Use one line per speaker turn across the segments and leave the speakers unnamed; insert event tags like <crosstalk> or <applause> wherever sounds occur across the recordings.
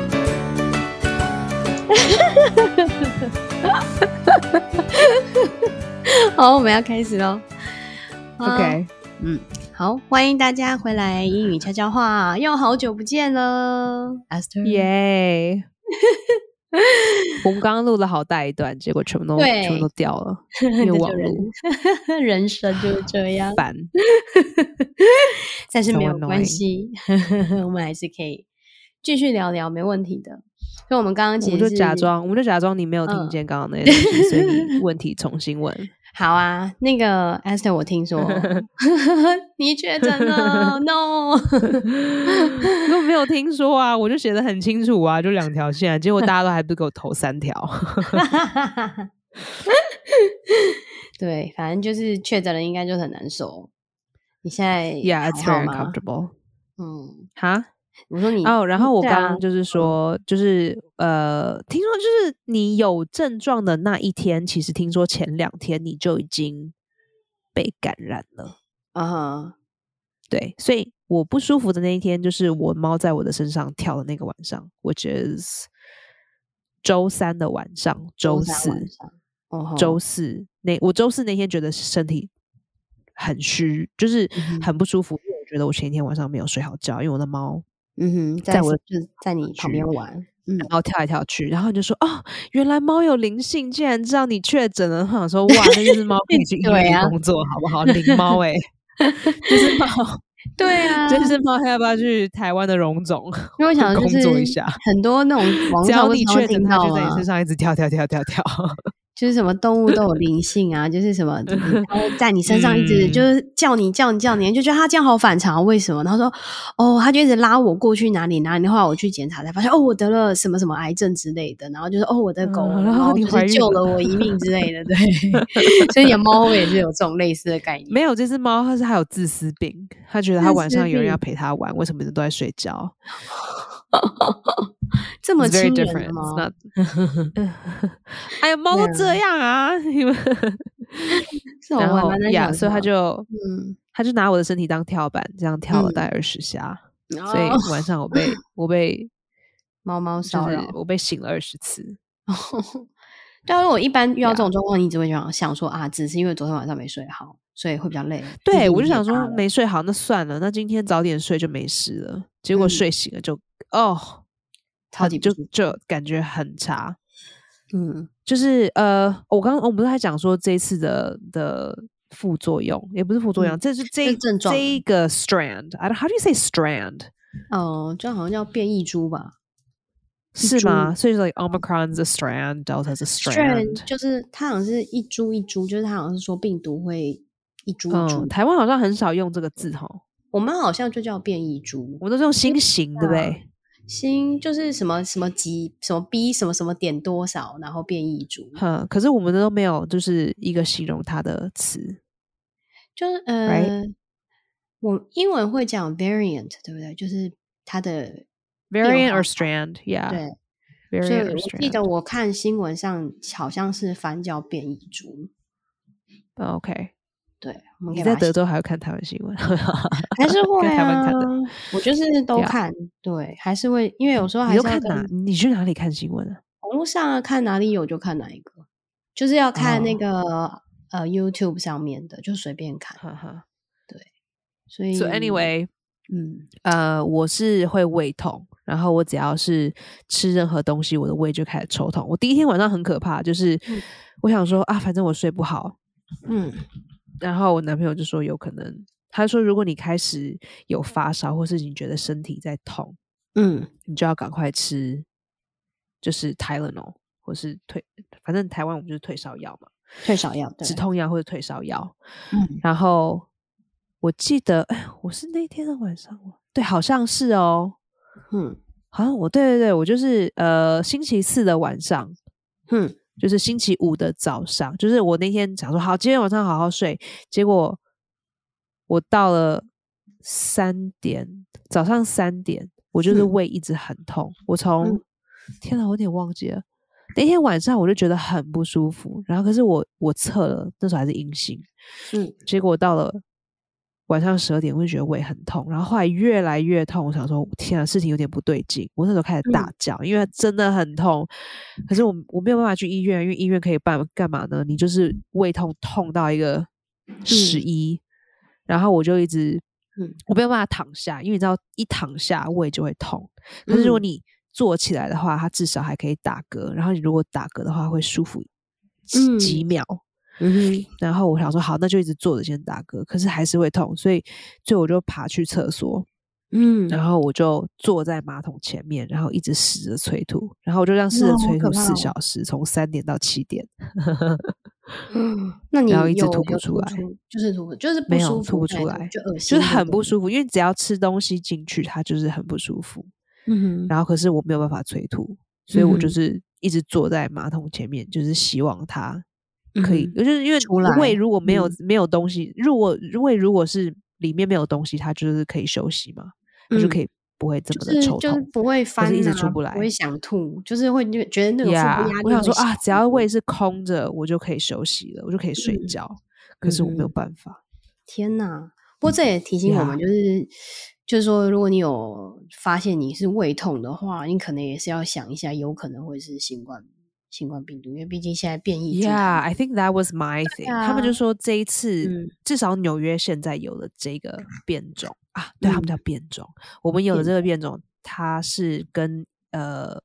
<laughs> 好，我们要开始喽。好
OK，
嗯，好，欢迎大家回来英语悄悄话，又好久不见了，Esther。 <laughs>
耶！我们刚刚录了好大一段，结果全部都
对
全部都掉
<laughs>
了，
这
因为
就
网
人
络
人 <laughs> 生就是这
<laughs>
样，
烦。
但是没有
So
关系， <laughs> 我们还是可以继续聊聊，没问题的。所以我们刚刚
我
其
们
实
就是假装，我们就假装你没有听
嗯
见刚刚那些东西，所
<laughs>
以你问题重新问。 <laughs>
好啊，那个 Esther，我听说 <laughs> 你确诊了，No， <laughs>
我没有听说啊，我就写的很清楚啊，就两条线啊、结果大家都还不给我投三条。
<laughs> 对，反正就是确诊了，应该就很难受。你现在
Yeah,
还
it's
好
very
吗？
comfortable.
嗯，
哈
我说你
哦，然后我
对
刚
啊
刚就是说，就是呃，听说就是你有症状的那一天，其实听说前两天你就已经被感染了。
啊哈，
对，所以我不舒服的那一天，就是我猫在我的身上跳的那个晚上，which is 周三的晚上，周
三晚
四，
上哦吼
周四那我周四那天觉得身体很虚，就是
嗯哼
很不舒服，因为我觉得我前一天晚上没有睡好觉，因为我的猫
嗯哼，
在我
就是在你旁边玩，嗯
然后跳来跳去，然后你就说哦，原来猫有灵性，竟然知道你确诊了。我想说哇，那就是猫已经
<laughs> 对
义
啊
务工作好不好？灵猫哎、就
<laughs>
是猫，
对啊
这只猫要不要去台湾的荣总？
因为我想
工
就是
作一下
很多那种网
只
上
要
会
你
常会
确诊，
听
它
到
就在你
啊
身，上一直跳跳跳跳 <laughs> 跳。
就是
<laughs>
什么动物都有灵性啊，就是什么，就是它会在你身上一直
嗯
就是叫你叫你叫你，就觉得它这样好反常，为什么？然后说哦，它就一直拉我过去哪里哪里，后来我去检查才发现哦，我得了什么什么癌症之类的，然后就是哦，我的狗，
嗯
然
然后
后
你
就
怀
是
孕
救
了
了我一命之类的， <laughs> 对，所以你的猫也是有这种类似的概念，
没有，这只猫它是还有自私病，它觉得它
自
晚
私
上有人要
病
陪它玩，为什么都在睡觉？
这么
It's very
亲人
different.
的
It's
吗？
not- <laughs> 哎呀，猫都这样啊！ <laughs> 你们
这种
然
我还
后
蛮难
呀，
想
所以他
象的
就
嗯，
他就拿我的身体当跳板，这样跳了
嗯
大概二十下，所
哦
以晚上我
<laughs>
被我被
猫猫
就
骚
是
扰。
我被醒了二十次。
对啊，如果一般遇到这种状况，你只会想想说啊，只是因为昨天晚上没睡好，所以会比较累。嗯毕
对
竟
我就
你也
想
大
说
了
没睡好，那算了，那今天早点睡就没事了。结
嗯
果睡醒了就哦，
超
很
级不
就
舒服
就感觉很差。
嗯
就是呃，我刚我们不是还讲说这一次的的副作用，也不是副作用，
嗯
这是这
是
一
症状
这一个 strand，I don't how do you say strand
哦，这样好像叫变异株吧
是
株
吗？所以说 like omicron's a strand，delta's a strand
？Strain。就是它好像是一株一株，就是它好像是说病毒会一株一株。
嗯，台湾好像很少用这个字吼，
我们好像就叫变异株
我，们都是用新型，对不对？
新就是什么什么级什么 B 什么什么点多少，然后变异株，
哼，可是我们都没有就是一个形容它的词。
就是呃我英文会讲 variant，对不对？就是它的
Variant
化
or strand，yeah，
对。所以
variant or
我记得
strand。
我看新闻上好像是翻叫变异株，
OK，
对，我们可
你
以把
在
它
德州还会看台湾新闻？啊
还是会
<laughs> 跟台湾
啊
看的，
我就是都
Yeah
看，对，还是会，因为有时
<laughs>
候还
你
是
都
要
看
跟
哪？你去哪里看新闻啊？
网络上啊，看哪里有就看哪一个，就是要看那
哦
个、呃 YouTube 上面的，就随便看，
哈哈。
所以
So anyway，
嗯，
呃，我是会胃痛，然后我只要是吃任何东西，我的胃就开始抽痛。我第一天晚上很可怕，就是
嗯
我想说啊，反正我睡不好。
嗯
然后我男朋友就说有可能，他说如果你开始有发烧，或是你觉得身体在痛，
嗯
你就要赶快吃，就是 Tylenol 或是退，反正台湾我们就是退烧药嘛，
退烧药对
止，痛药或者退烧药。
嗯
然后我记得，哎，我是那天的晚上吗，对，好像是哦，
嗯
好像我对对对，我就是呃星期四的晚上，
嗯
就是星期五的早上，就是我那天想说好，今天晚上好好睡，结果我到了三点，早上三点，我就是
嗯
胃一直很痛，我从、
嗯
天哪，我有点忘记了。那天晚上我就觉得很不舒服，然后可是我我测了，那时候还是阴性，
嗯
结果到了晚上十二点，我就觉得胃很痛，然后后来越来越痛，我想说天啊，事情有点不对劲，我那时候开始大
嗯
叫，因为真的很痛，可是我我没有办法去医院，因为医院可以办干嘛呢？你就是胃痛痛到一个十一、然后我就一直，
嗯
我没有办法躺下，因为你知道一躺下胃就会痛，可是如果
嗯
你坐起来的话，它至少还可以打嗝，然后你如果打嗝的话会舒服几
嗯
几秒。
嗯
然后我想说好，那就一直坐着先打嗝，可是还是会痛，所以最后我就爬去厕所，
嗯
然后我就坐在马桶前面，然后一直试着催吐，然后我就让试着
哇好
催
可
吐
怕
四
哦
小时，从三点到七点，
嗯，那你
然后一直
有
吐不
有
出来
就是吐不，就是不
没有
舒服那一种，
吐不出来
就恶心，
就是很不
服。
舒服，因为只要吃东西进去，它就是很不舒服。
嗯哼，
然后可是我没有办法催吐，所以我就
嗯哼
是一直坐在马桶前面，就是希望它可以，
嗯
就是因为
出来
胃如果没有、
嗯
没有东西，如果胃如果是里面没有东西，它就是可以休息嘛，它就可
嗯
以不会这么
就
的
是
抽
就是
痛。
不会翻、啊，
一直出不来
会想吐，就是会觉觉得那种
呀
腹部压力。
我想说啊，只要胃，是空着，我就可以休息了，我就可以睡
嗯
觉。可是我没有
嗯哼
办法，
天哪！不过这也提醒我们，就
呀
是就是说，如果你有发现你是胃痛的话，你可能也是要想一下，有可能会是新冠新冠病毒，因为毕竟现在变异株它
Yeah, I think that was my thing. 他们就
啊
说这一次、
嗯
至少纽约现在有了这个变种啊，对、他们叫变种。我们有了
嗯变
这个变种，它是跟呃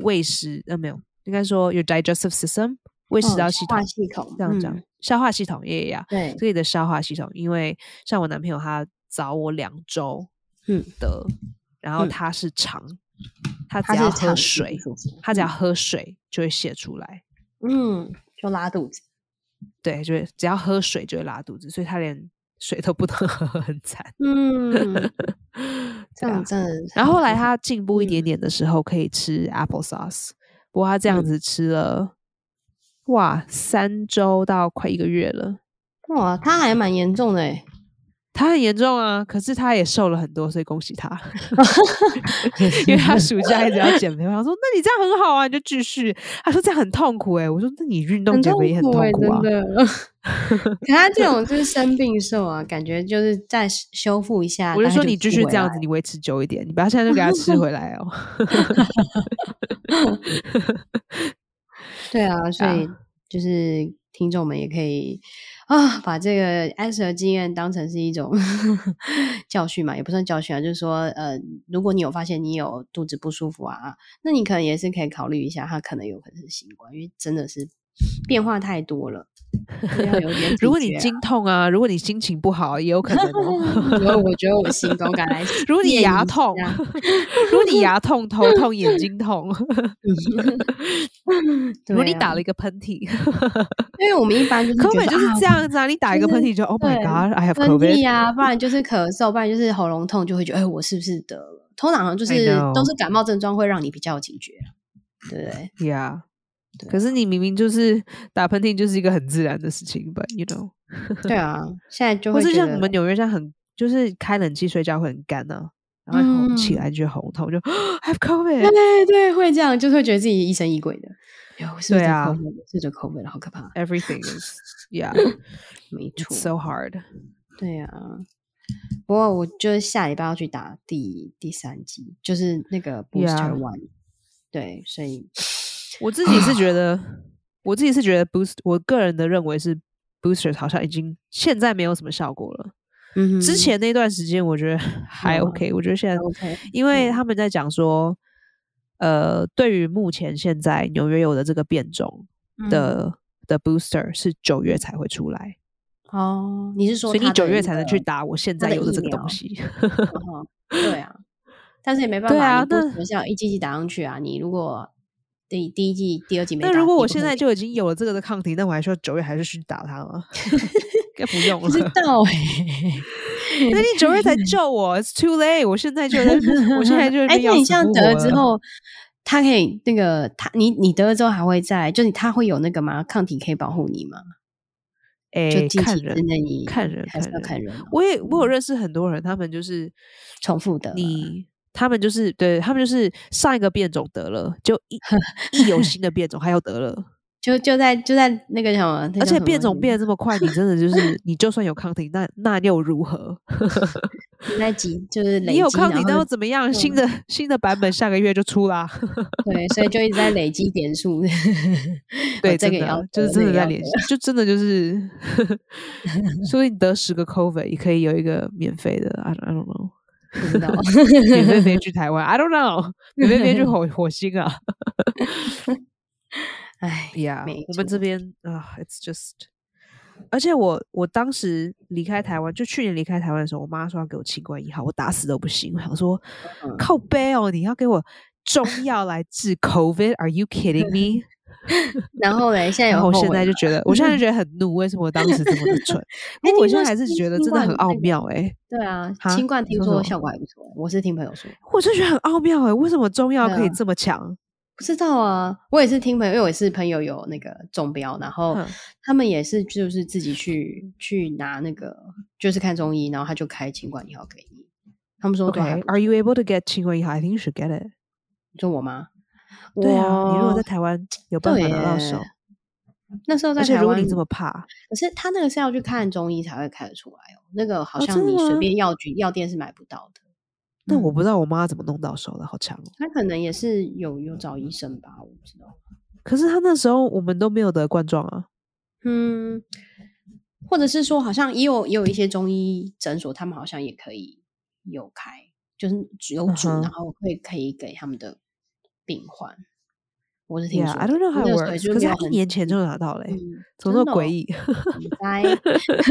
胃食呃没有，应该说 your digestive system 胃食
嗯
道
消
系
化
统、
系统
这样讲、
嗯
消化系统也呀，
对，
所以的消化系统，因为像我男朋友他早我两周
嗯
的，然后
嗯
他是肠，他只
它
要
是
喝
肠子
水，
不舒服
他只要喝水就会泻出来。
嗯，就拉肚
<laughs>
子。
对，就会只要喝水就会拉肚子，所以他连水都不能 <laughs> 喝，很惨。
嗯，
<laughs>
这
对
样
啊，
真的。
然后后来， <laughs> 他进步一点
嗯
点的时候，可以吃 apple sauce，不过他这样
嗯
子吃了，哇，三周到快一个月了，
哇，他还蛮严重的欸诶，
他很严重啊，可是他也瘦了很多，所以恭喜他， <laughs> 因为他暑假一直要减肥。我想说，那你这样很好啊，你就继续。他说这样很痛苦哎、我说那你运动
很
减
痛
肥也很
苦
痛
诶
苦啊
真，
<laughs>
的。可他这种就是生病瘦啊，感觉就是再修复一下。
我就
大概
说你继续
回
这样
来
子，你维持久一点，你不要现在就给他
<laughs>
吃回来哦。
对啊，所
啊
以就是听众们也可以啊，把这个 S 的经验当成是一
<laughs>
种 <laughs> 教训嘛，也不算教训啊，就是说，呃，如果你有发现你有肚子不舒服啊，那你可能也是可以考虑一下，它可能有可能是新冠，因为真的是变化太多
<laughs>
了，要有点
如果
警
你
觉
经痛啊，如果你心情不好，啊也有可能哦。 <laughs>
啊我我觉得我心中感来
如果你
练
牙
一
痛
下
如果你牙痛、头痛、眼睛
<laughs>
痛，如果
对
你
啊
打了一个喷嚏
因为我们一般就是觉
，COVID
得
就是
啊
这样子啊，你打一个
就是
喷嚏就 Oh my
对
God，I have
喷嚏啊
COVID。
呀、不然就是咳嗽，不然就是喉咙痛，就会觉得哎，我是不是得了？通常好像就
I
是
know
都是感冒症状会让你比较有警觉，啊对不对？
Yeah，
对
可是你明明就是打喷嚏，就是一个很自然的事情，But you know，
对啊，现在就
不
会
是
觉
像
得
你们纽约这样很，就是开冷气睡觉会很干啊，然后红起
嗯
来就红痛，就 I have COVID。
<laughs> 对对会这样，就会觉得自己疑神疑鬼的。哎呦，我是不
对
是得
啊
COVID？了是得 COVID，了好可怕，
Everything
<laughs>
is yeah,
没
it's
错。
so hard.
对啊，不过我就是下礼拜要去打第第三剂，就是那个 booster
Yeah
one。对，所以
我自己是觉得，我自己是觉得 boost，我个人的认为是 booster 好像已经现在没有什么效果了。
嗯哼，
之前那段时间我觉得还
嗯
OK，、我觉得现在
还 OK，
因为
嗯
他们在讲说，呃，对于目前现在纽约有的这个变种
嗯
的、的 booster 是九月才会出来，
哦，你是说
所以你
它的
九月
那
才能
个
去打我现
它
在
的
有的
疫
这个东
苗
西。
嗯哼对啊，但是也没办
对
法，
啊
你不
那
可能是要一季季打上去啊。你如果第第一季、第二季没打，
那如果
你
我
不
现
可
在就已经有了这个的抗体，那我还需要九月还是去打它吗？应该不
<laughs> 能
用
不知
了。 <laughs>
道哎、
那你
<laughs>
九月才救我，It's too late。我现在就在那边，我现在就在那
哎，
边
那
要
你
死
像
不
得
活
了之
了，
后，他可以那个他你你得了之后还会再，就是他会有那个吗？抗体可以保护你吗？
哎
就，近
看
期之
人
内你
看人
还是要
人。
看人哦、
我也我有认识很多人，他们就是
重复的
你。他们就是
<laughs>
对他们就是上一个变种得了，就一一有新的变种，他又得了，
就就在就在那个什么， <laughs> 那叫
而且
什么
变种
你
变得这么快，你真的就是你就算有抗体，那那又如何？
你在积就是累积，
你有抗体，
然
那
后
又怎么样？新
嗯 <laughs>
的新的版本下个月就出啦。 <laughs>
对，所以就一直在累积点数。 <laughs>
对，
哦这
真
个也
的
要
就是
得那
真的
个
在
要
联
得
系，就真的就是，所以你得十个 COVID 也可以有一个免费的，I don't, I
<laughs>
don't know，
不知道，
<laughs> 免费飞去台湾，I don't
<laughs>
know，免费飞去火火星啊
哎，
，Yeah，
<laughs> 没
我们这
错
边啊、i t s just，而且我我当时离开台湾，就去年离开台湾的时候，我妈说要给我清冠一号，我打死都不信，我想说、
嗯
靠背哦，你要给我中药来治 COVID，Are you kidding me？
<laughs> 然后嘞，现在有
然
后
后我现
悔
在
吗
就觉得，我
嗯
现在就觉得很怒，为什么我当时这么的
<laughs>
蠢？不过我
听
现
说
在还是
新
觉得
新
真的
冠
很奥
那个
妙哎、欸，
对啊
哈，
新冠
你
听
说什
说
么
效果还不错，欸我是听朋友说，
我真的觉得很奥妙哎、欸，为什么中药可以
嗯
这么强？
不知道啊，我也是听朋友，因为我也是朋友有那个中标，然后
嗯
他们也是就是自己去去拿那个就是看中医，然后他就开清冠一号给你，他们说
哦
对啊，
Okay，are you able to get 清冠一号？I think you should get it。
你说我吗？
对啊，你如果
我
在台湾有办法
对
拿到手，
耶那时候在
而且
台
如果
湾，
你这么怕，
可是他那个是要去看中医才会开得出来哦，那个好
哦真
像
的
你随
吗
便药局药店是买不到的。
那我
嗯
不知道我妈怎么弄到手的，好强哦！
他可能也是有有找医生吧，我不知道。
可是她那时候我们都没有得冠状啊，
嗯，或者是说，好像也有也有一些中医诊所，他们好像也可以有开，就是只有主，
嗯哼
然后会可以给他们的病患。我是听说
Yeah,
的
I don't know
那
how
个
it
时候也
works。
就
可
没
是
有
她一
很
年前就拿到了欸、
嗯，
怎么
真
那么
的
诡
哦？
异？
<laughs> 你猜
<laughs>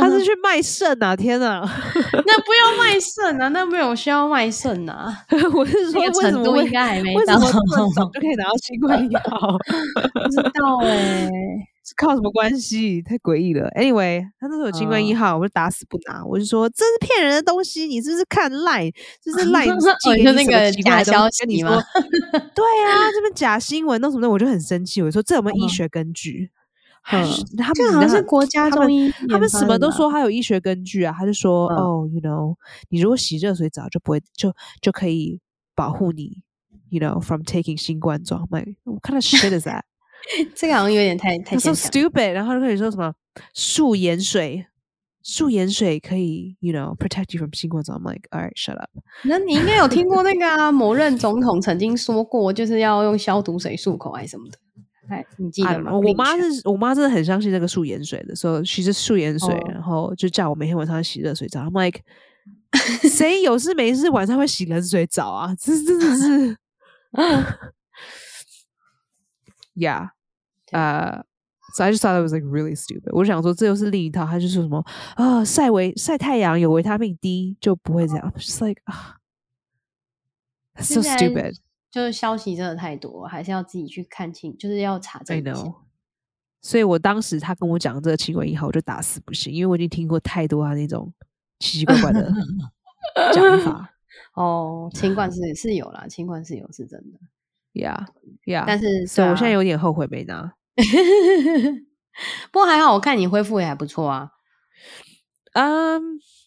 她是去卖肾啊！天哪！ <laughs>
<laughs> 那不要卖肾啊，那没有需要卖肾 <laughs> 啊，
我是
那
说为
个
什
程
么
度
会
应该还没
为什
到， <laughs>
么这么早就可以拿到新冠一号？ <laughs>
不知道哎、
是靠什么关系？太诡异了。Anyway，他那时候有新冠一
嗯
号，我就打死不拿，我就说这是骗人的东西，你是不是看赖？就是
<laughs>
赖
哦
寄
你说
给你
那
什么
个
奇怪的
假
东
消
西跟你
息
说，
吗 <laughs>
对啊，这边假新闻弄什么的，我就很生气。我说这有没有医
嗯
学根据？还
嗯
是
<laughs>
他
这
们
个好像
那
是国家
他们
中医
他们
研
什
发
么
的
都
吧
说他有医学根据啊，他就说、
嗯
哦，you know，你如果洗热水澡就不会就就可以保护你，you know from taking 新冠状。i k what kind of shit is that？
这个好像有点太 <laughs> 太
That's so
牵强。
stupid。然后就可以说什么素盐水，素盐水可以，you know protect you from 新冠状。I'm like all right, shut up。
那你应该有听过那个啊，某任总统曾经说过，就是要用消毒水漱口还是什么的。哎，你记
I
得
don't
吗？啊
know，我妈
是
是我妈真的很相信那个素盐水的，说其实素盐水，
哦
然后就叫我每天晚上洗热水澡。I'm like <laughs> 谁有事没事晚上会洗冷水澡啊？这真的
<laughs>
是，yeah，呃、s o I just thought it was like really stupid。我想说这又是另一套，他就说什么啊，晒维晒太阳有维他命 D 就不会这样。I'm just like 啊、that's
现
so
在
stupid。
就是消息真的太多，还是要自己去看清，就是要查证
I
一下。
know。所以我当时他跟我讲这个清冠一号，我就打死不信，因为我已经听过太多他那种奇奇怪怪的
<laughs>
讲法。
哦，清冠是是有啦，清冠是有是真的，
Yeah, yeah。
但是
所以我现
对
在
啊
有点后悔没拿。
<laughs> 不过还好，我看你恢复也还不错啊。
嗯、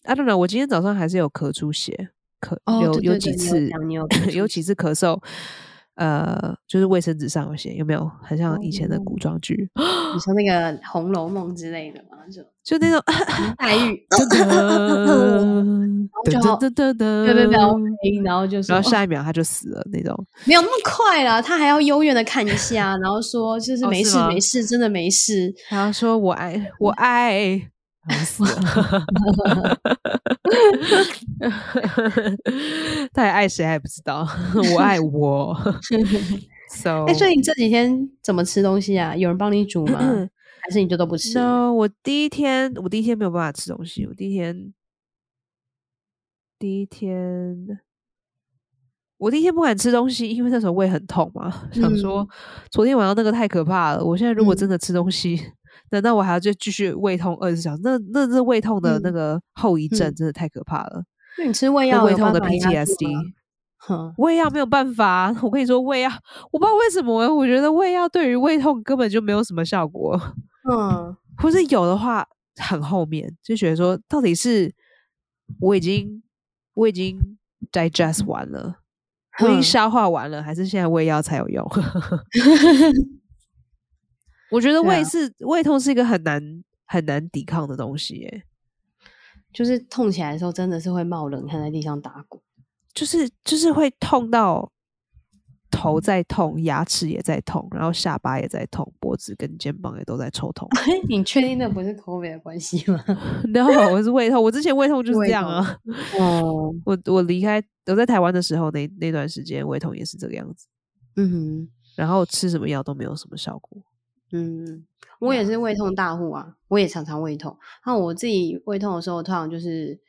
i don't know。我今天早上还是有咳出血，咳、
哦，
有
对
有
对
几
对你
次，
讲你 <laughs> 有
有几次咳嗽，呃，就是卫生纸上有写，有没有？很
哦
像以前的古装剧，
你说那个《红楼梦》之类的嘛， <laughs> 就
就那种。
林黛玉，
噔噔
就
噔
好
噔噔噔，
对对对，我听嗯然后就说哦
然后下一秒他就死了那种。
没有那么快啦，他还要幽怨的看一下，然后 <laughs> 说就是
哦
没
是
事
吗
没事，真的没事。
然后说我爱我爱，然后死了 <laughs> 到底爱谁还不知道， <laughs> 我爱我。so，
哎、所以你这几天怎么吃东西啊？有人帮你煮吗？还是你就都不吃？
no，我第一天我第一天没有办法吃东西，我第一天第一天。我第一天不敢吃东西，因为那时候胃很痛嘛，想
嗯
说昨天晚上那个太可怕了。我现在如果真的吃东西，难道我还要再继续胃痛二十小时？那那这胃痛的那
嗯
个后遗症
嗯
真的太可怕了，
那你吃胃
那
药
胃
有
痛
办
的
法压住吗
PTSD。
哼，
胃药没有办法，我跟你说，胃药我不知道为什么欸，我觉得胃药对于胃痛根本就没有什么效果，
嗯，
或是有的话很后面，就觉得说到底是我已经我已经 digest 完了，我已经
哼 <laughs>
消化完了，还是现在胃药才有用？ <laughs> 我觉得
对啊
胃是、胃痛是一个很难很难抵抗的东西耶，
就是痛起来的时候真的是会冒冷汗，在地上打滚。
就是就是会痛到头在痛，牙齿也在痛，然后下巴也在痛，脖子跟肩膀也都在抽
<laughs>
痛。 <laughs>
你确定那不是 COVID 的关系吗？
然后我是胃痛，我之前胃痛就是
胃
这样
痛
啊。 <laughs>
哦，
我我离开我在台湾的时候那那段时间胃痛也是这个样子，
嗯哼
然后吃什么药都没有什么效果。
嗯，我也是胃痛大户啊，我也常常胃痛。那我自己胃痛的时候，通常就是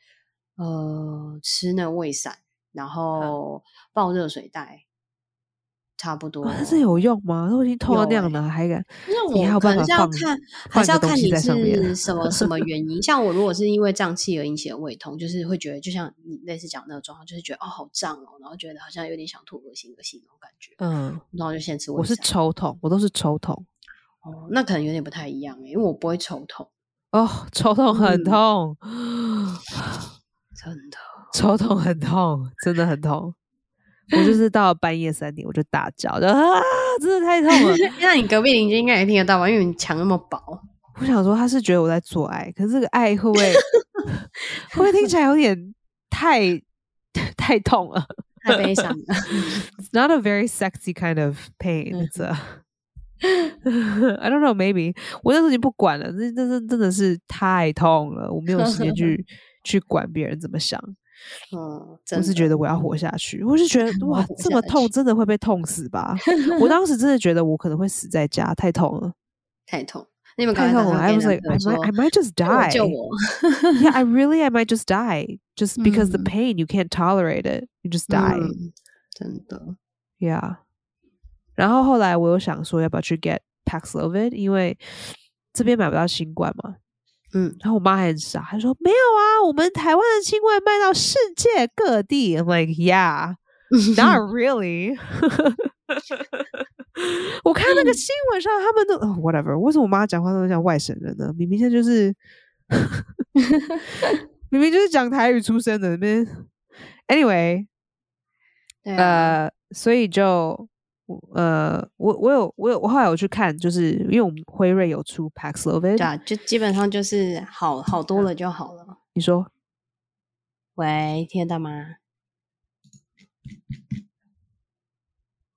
呃吃那胃散，然后抱热水袋，差不多。
哇，这哦有用吗？都已经痛到
哦有
那样
欸
了，还敢？
就是
你还有
我可
办
能
法
是要
放
看，还
放一
是
个
要
东
看
西
你
在上面？
是什
<laughs>
么什么原因。像我如果是因为胀气而引起的胃痛，就是会觉得就像你类似讲的那个状况，就是觉得哦好胀哦，然后觉得好像有点想吐，恶心恶心那种感觉，
嗯，
然后就先吃胃
我是
散
抽痛，我都是抽痛。
哦，那可能有点不太一样、欸、因为我不会抽痛，
哦，抽痛很
嗯
痛，
真的。
抽痛很痛，真的很痛。我就是到了半夜三点，我就大叫，就啊，真的太痛
<laughs>
了。
那你隔壁邻居应该也听得到吧？因为你墙那么薄，
我想说，他是觉得我在做爱，可是这个爱会不
<laughs>
会会不会听起来有点太 <laughs> 太痛了
太悲伤 <laughs> 了。
？It's not a very sexy kind of pain.
Mm-hmm.
It's a <laughs> I don't know, maybe 我那时候已经不管了，那那那真的是太痛了，我没有时间
<laughs>
去去管别人怎么想。
嗯，
我
真
是
的
觉得我要活下去，我是觉得
我 <laughs> 要
哇
活，
这么
下
痛
去
真的会被痛死
<laughs>
吧？我当时真的觉得我可能会死在家，太痛了，
太痛。那你们赶
太
快打
痛了。
电话
I
给
was
男朋友
like, I might,
说
I
嗯
might just
我
die.
救我。
yeah, I really, I might just die just because the
Mm.
pain you can't tolerate it. You just die.
嗯真的，
Yeah. 然后后来我又想说要不要去 get Paxlovid，因为这边买不到新冠嘛。
<laughs> 嗯，
然后我妈还很傻，她说没有啊，我们台湾的新冠卖到世界各地。I'm like, yeah, not really. <laughs> 我看那个新闻上，他们都、哦 whatever，为什么我妈讲话都像外省人呢？明明现在就是，明明就是讲台语出身的那边。Anyway，
<laughs> 对啊，
呃，所以就我呃，我我有我有我后来有去看，就是因为我们辉瑞有出 Paxlovid，
对啊，就基本上就是好好多了就好了。
你说
喂，听得到吗？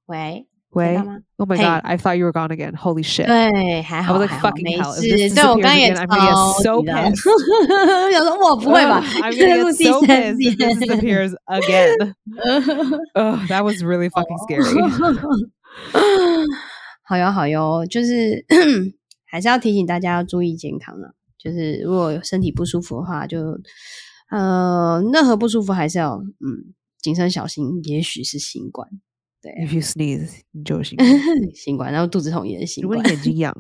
喂，听
喂
得到吗？
，Oh my
嘿
God，I thought you were gone again. Holy shit！
对，还
，I
好
was
还
like
好，
fucking
没
hell. If
事。
this
对，我
disappears
刚才也
again, I'm gonna get
超
so
级的， <laughs> 我想说我不会吧
<laughs> Ugh,？？I'm gonna
录 <laughs>
get
第
so
三遍
pissed. if This disappears again. Ugh, that was really fucking
<laughs>
scary.
好哟好哟，就是 <coughs> 还是要提醒大家要注意健康啊。就是如果有身体不舒服的话，就呃任何不舒服还是要嗯谨慎小心，也许是新冠， <laughs> 对，
If you sneeze，你就行。
<laughs> 新冠，然后肚子痛也是新
如果
冠
你。眼睛痒，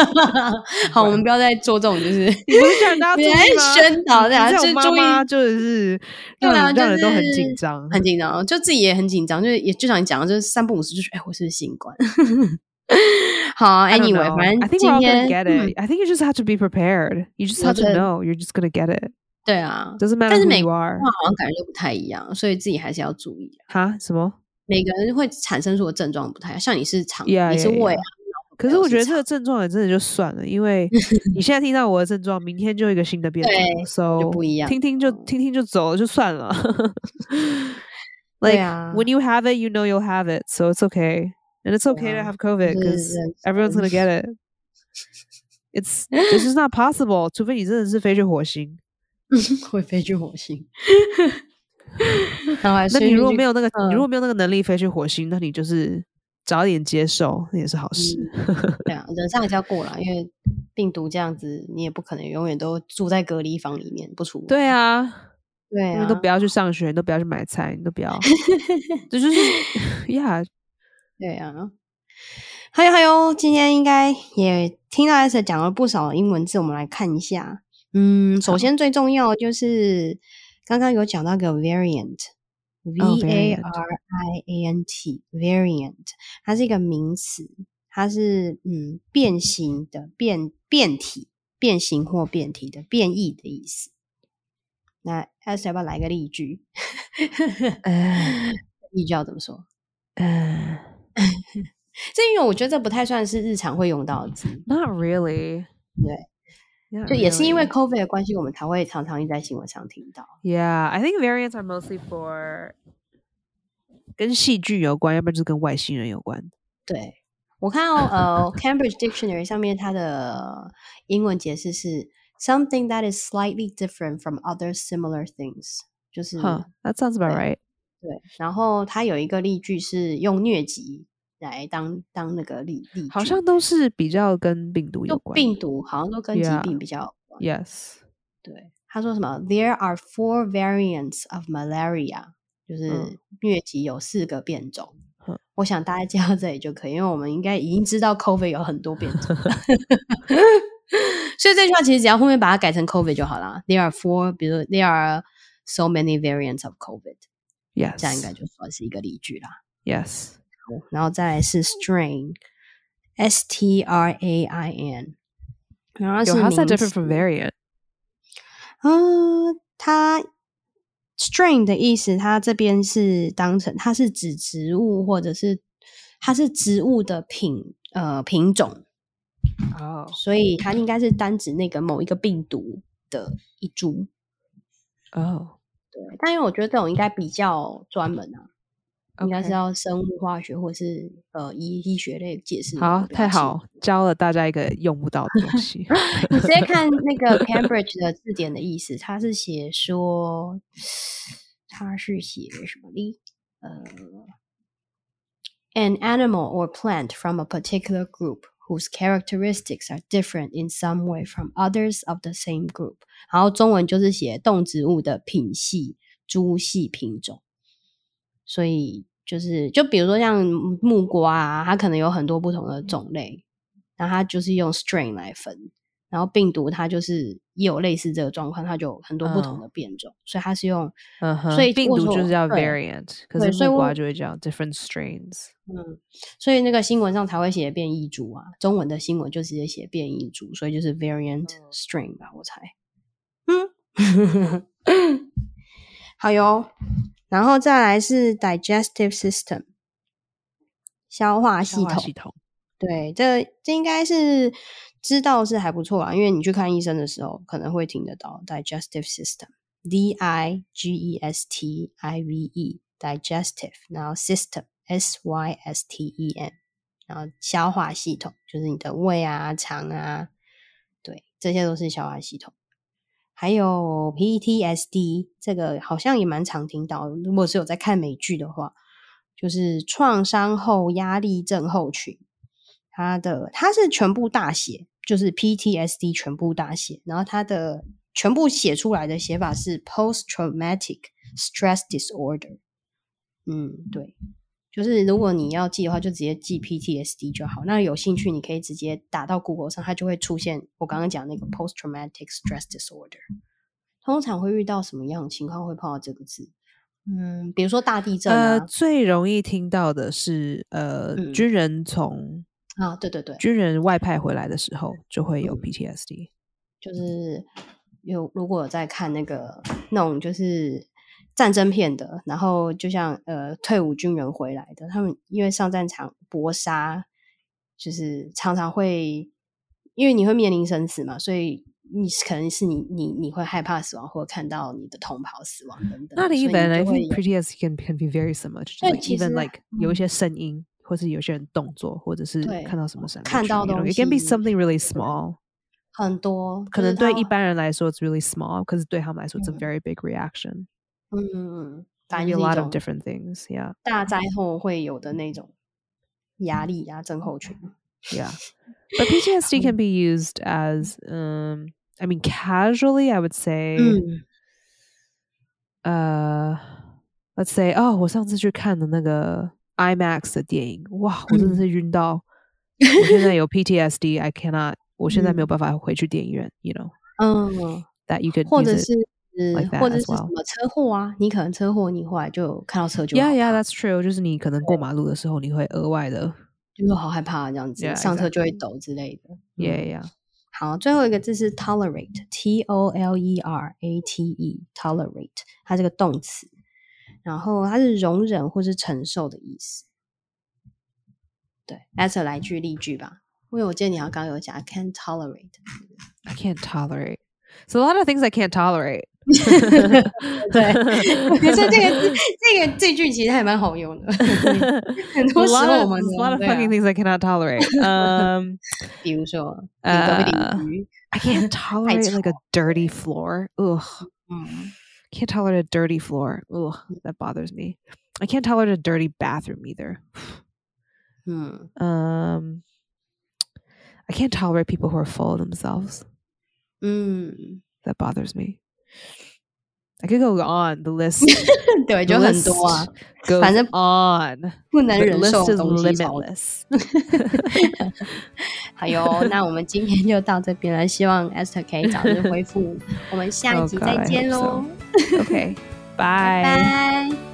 <laughs> 好，我们不要再做这种就是 <laughs>
<laughs> 你不是叫人家注
别
意
人
吗？
宣导
你
的啊
这
就
种妈
注意
妈就是
对
让
啊
人
就
让人都很
是
紧张，
很紧张，就自己也很紧张，就是也就像你讲的，就是三不五时就是哎，我是不是新冠？ <laughs> 好啊
I don't
，anyway，
know.
反
I
正
think we're
今
all
天
gonna get
嗯
it. I think you just have to be prepared. You just have
我觉
to
得-
know you're just gonna get it.
对啊，
Doesn't matter
但是
who
每
you
个话
are.
好像感觉就不太一样，所以自己还是要注意啊。
哈？什么？
每个人会产生出的症状不太一样，像你是肠
Yeah,
你是
yeah,
胃
yeah.
啊。
可是我觉得这
这
个症状也真的就算了，因为你现在听到我的症状，明天就有一个新的变种
对
，so
就不一样
听听就听听就走了，就 <laughs> 算了。like
对啊
when you have it, you know you'll have it, so it's okay, and it's
对
okay to
啊
have COVID
就是
because
人
everyone's gonna get it. It's it's just not possible，除非你真的是飞去火星。
<laughs> 会飞去火星，然后还
<laughs> 那
顺
你
便
如果
去
没有那个，你如
嗯
果没有那个能力飞去火星，那你就是早点接受，那也是好事。
对啊，人上还是要过啦，因为病毒这样子，你也不可能永远都住在隔离房里面不出门。
对啊，
对
你
啊，
们都不要去上学，你都不要去买菜，你都不 <laughs> 要，这就是 <laughs> 呀，
对啊，还有还有，今天应该也听到 S 讲了不少英文字，我们来看一下。嗯，首先最重要的就是刚刚有讲到一个
哦
variant，v a
，variant
r i a n t，variant，它是一个名词，它是嗯变形的变变体、变形或变体的变异的意思。那 S 要不要来个例句？
哎呃
例句要怎么说？
哎，
这因为我觉得这不太算是日常会用到的字，
Not really.
对，
Not
就也是因为
really.
COVID 的关系，我们才会常常一直在新闻上听到。
Yeah, I think variants are mostly for 跟戏剧有关，要不然就是跟外星人有关。
对我看到呃，Cambridge Dictionary 上面它的英文解释是 something that is slightly different from other similar things，就是、
Huh, that sounds about
对
right.
对。然后它有一个例句是用疟疾来当当那个例例句，
好像都是比较跟病毒有
就
关。
病毒好像都跟疾
Yeah.
病比较有关。
Yes.
对，他说什么？There are four variants of malaria，就是
嗯
疟疾有四个变种。
嗯
我想大家记到这里就可以，因为我们应该已经知道 COVID 有很多变种了，所以这句话其实只要后面把它改成 COVID 就好啦。There are four，比如说 There are so many variants of COVID，
Yes.
这样应该就算是一个例句啦。
Yes.
然后再来是 strain，S T R A I N，然后它是
Yo, how's that
名
different
词
from variant?
啊，它 strain 的意思，它这边是当成它是指植物或者是它是植物的品呃品种，
Oh.
所以它应该是单指那个某一个病毒的一株。
Oh.
对，但因为我觉得这种应该比较专门啊。应该是
OK
要生物化学或是呃医医学类解释。
好，太好，，教了大家一个用不到的东
<laughs>
西。
你直接看那
<laughs>
个 Cambridge 的字典的意思，它是写说，它是写什么呢？呃，an animal or plant from a particular group whose characteristics are different in some way from others of the same group。然后中文就是写动植物的品系、株系、品种，所以。就是，就比如说像木瓜啊，它可能有很多不同的种类，然后它就是用 strain 来分。然后病毒它就是也有类似这个状况，它就有很多不同
嗯
的变种，所以它是用
嗯哼，
所以
病
我
毒
说
就是叫
对
variant，可
对
是
所以
木瓜
我
就会叫 different strains。
嗯，所以那个新闻上才会写变异株啊，中文的新闻就直接写变异株，所以就是 variant
嗯
strain 吧，我猜。嗯， <laughs> 好哟，然后再来是 digestive system，消化系
消化
统。
系统。
对，这这应该是知道是还不错啊，因为你去看医生的时候可能会听得到 digestive system，D I G E S T I V E digestive，然后 system S Y S T E M，然后消化系统就是你的胃啊、肠啊，对，这些都是消化系统。还有 E PTSD 这个好像也蛮常听到的，如果是有在看美剧的话，就是创伤后压力症候群，它的它是全部大写，就是 PTSD 全部大写，然后它的全部写出来的写法是 Post Traumatic Stress Disorder。嗯，对，就是如果你要记的话，就直接记 PTSD 就好。那有兴趣，你可以直接打到 Google 上，它就会出现我刚刚讲那个 Post Traumatic Stress Disorder。通常会遇到什么样的情况会碰到这个字？嗯，比如说大地震啊
呃，，最容易听到的是，呃，
嗯
军人从
啊，对对对，
军人外派回来的时候就会有
嗯
PTSD。
就是有如果有在看那个那种就是战争片的，然后就像呃退伍军人回来的，他们因为上战场搏杀，就是常常会因为你会面临生死嘛，所以你是可能是你你你会害怕死亡，或看到你的同袍死亡等等的，
Not
所以
even.
你
I
就会
think PTSD can can be very similar. 就
对
like
其
even
实
like
嗯
有一些声音，或是有些人动作，或者是
对
看到什么闪过
看
去
到
you know,
东
It can be
西
something really small.
很多，
可
就是
能对
它
一般人来说，it's really small，可是对他们来说，it's a
嗯
very big reaction.
嗯嗯嗯，反正
Maybe a
就是一
lot
种
of different things. Yeah,
大灾后会有的那种压力啊症候群。 <laughs>
yeah. But PTSD can
Um
be used as, um, I mean, casually, I would say.
嗯
呃，let's say，哦，我上次去看的那个 IMAX 的电影，哇，我真的
嗯
是
<laughs>
晕到，我现在有 PTSD，I cannot，我现在没有
嗯
办法回去电影院，you know，that
嗯，
you could，
或者是。
like that
或者
as
是什
well.
么车祸啊？你可能车祸，你后来就看到车就好
，yeah
怕
yeah，that's true，就是你可能过马路的时候，你会额外的
就说好害怕这样子
Yeah,
上车就会
exactly.
抖之类的。嗯
，yeah yeah，
好，最后一个字是 tolerate，t o l e r a t e，tolerate，它是个动词，然后它是容忍或是承受的意思。对 a s 来句例句吧，因为我记得你好像刚刚有讲 I can't tolerate。 <laughs>
I can't tolerate. So a lot of things I can't <laughs> tolerate.
对， <laughs> 我觉得这个字这个这句其实还蛮好用的。 <laughs> 很
a
多时
lot
候
of,
我们
a lot of
对啊
fucking things I cannot <laughs> tolerate. Um,
比如说你隔壁
呃
邻居，
<laughs> I can't tolerate like a dirty floor. Ugh,
嗯
can't tolerate a dirty floor. Ugh, that bothers me. I can't tolerate a dirty bathroom either.
嗯
Um, I can't tolerate people who are full of themselves.
嗯，
That bothers me. I could go on the <laughs> list.
<laughs> 对，
the
就很多啊
list，goes
反正
on.
不
The
能忍
list
受
is
的东西超
limitless.
好哟，那我们今天就到这边了，希望 Esther 可以早日恢复。我们下一
Oh
集 <laughs>
God,
再
I
见
hope so.
喽，
okay.
拜
Bye.
拜。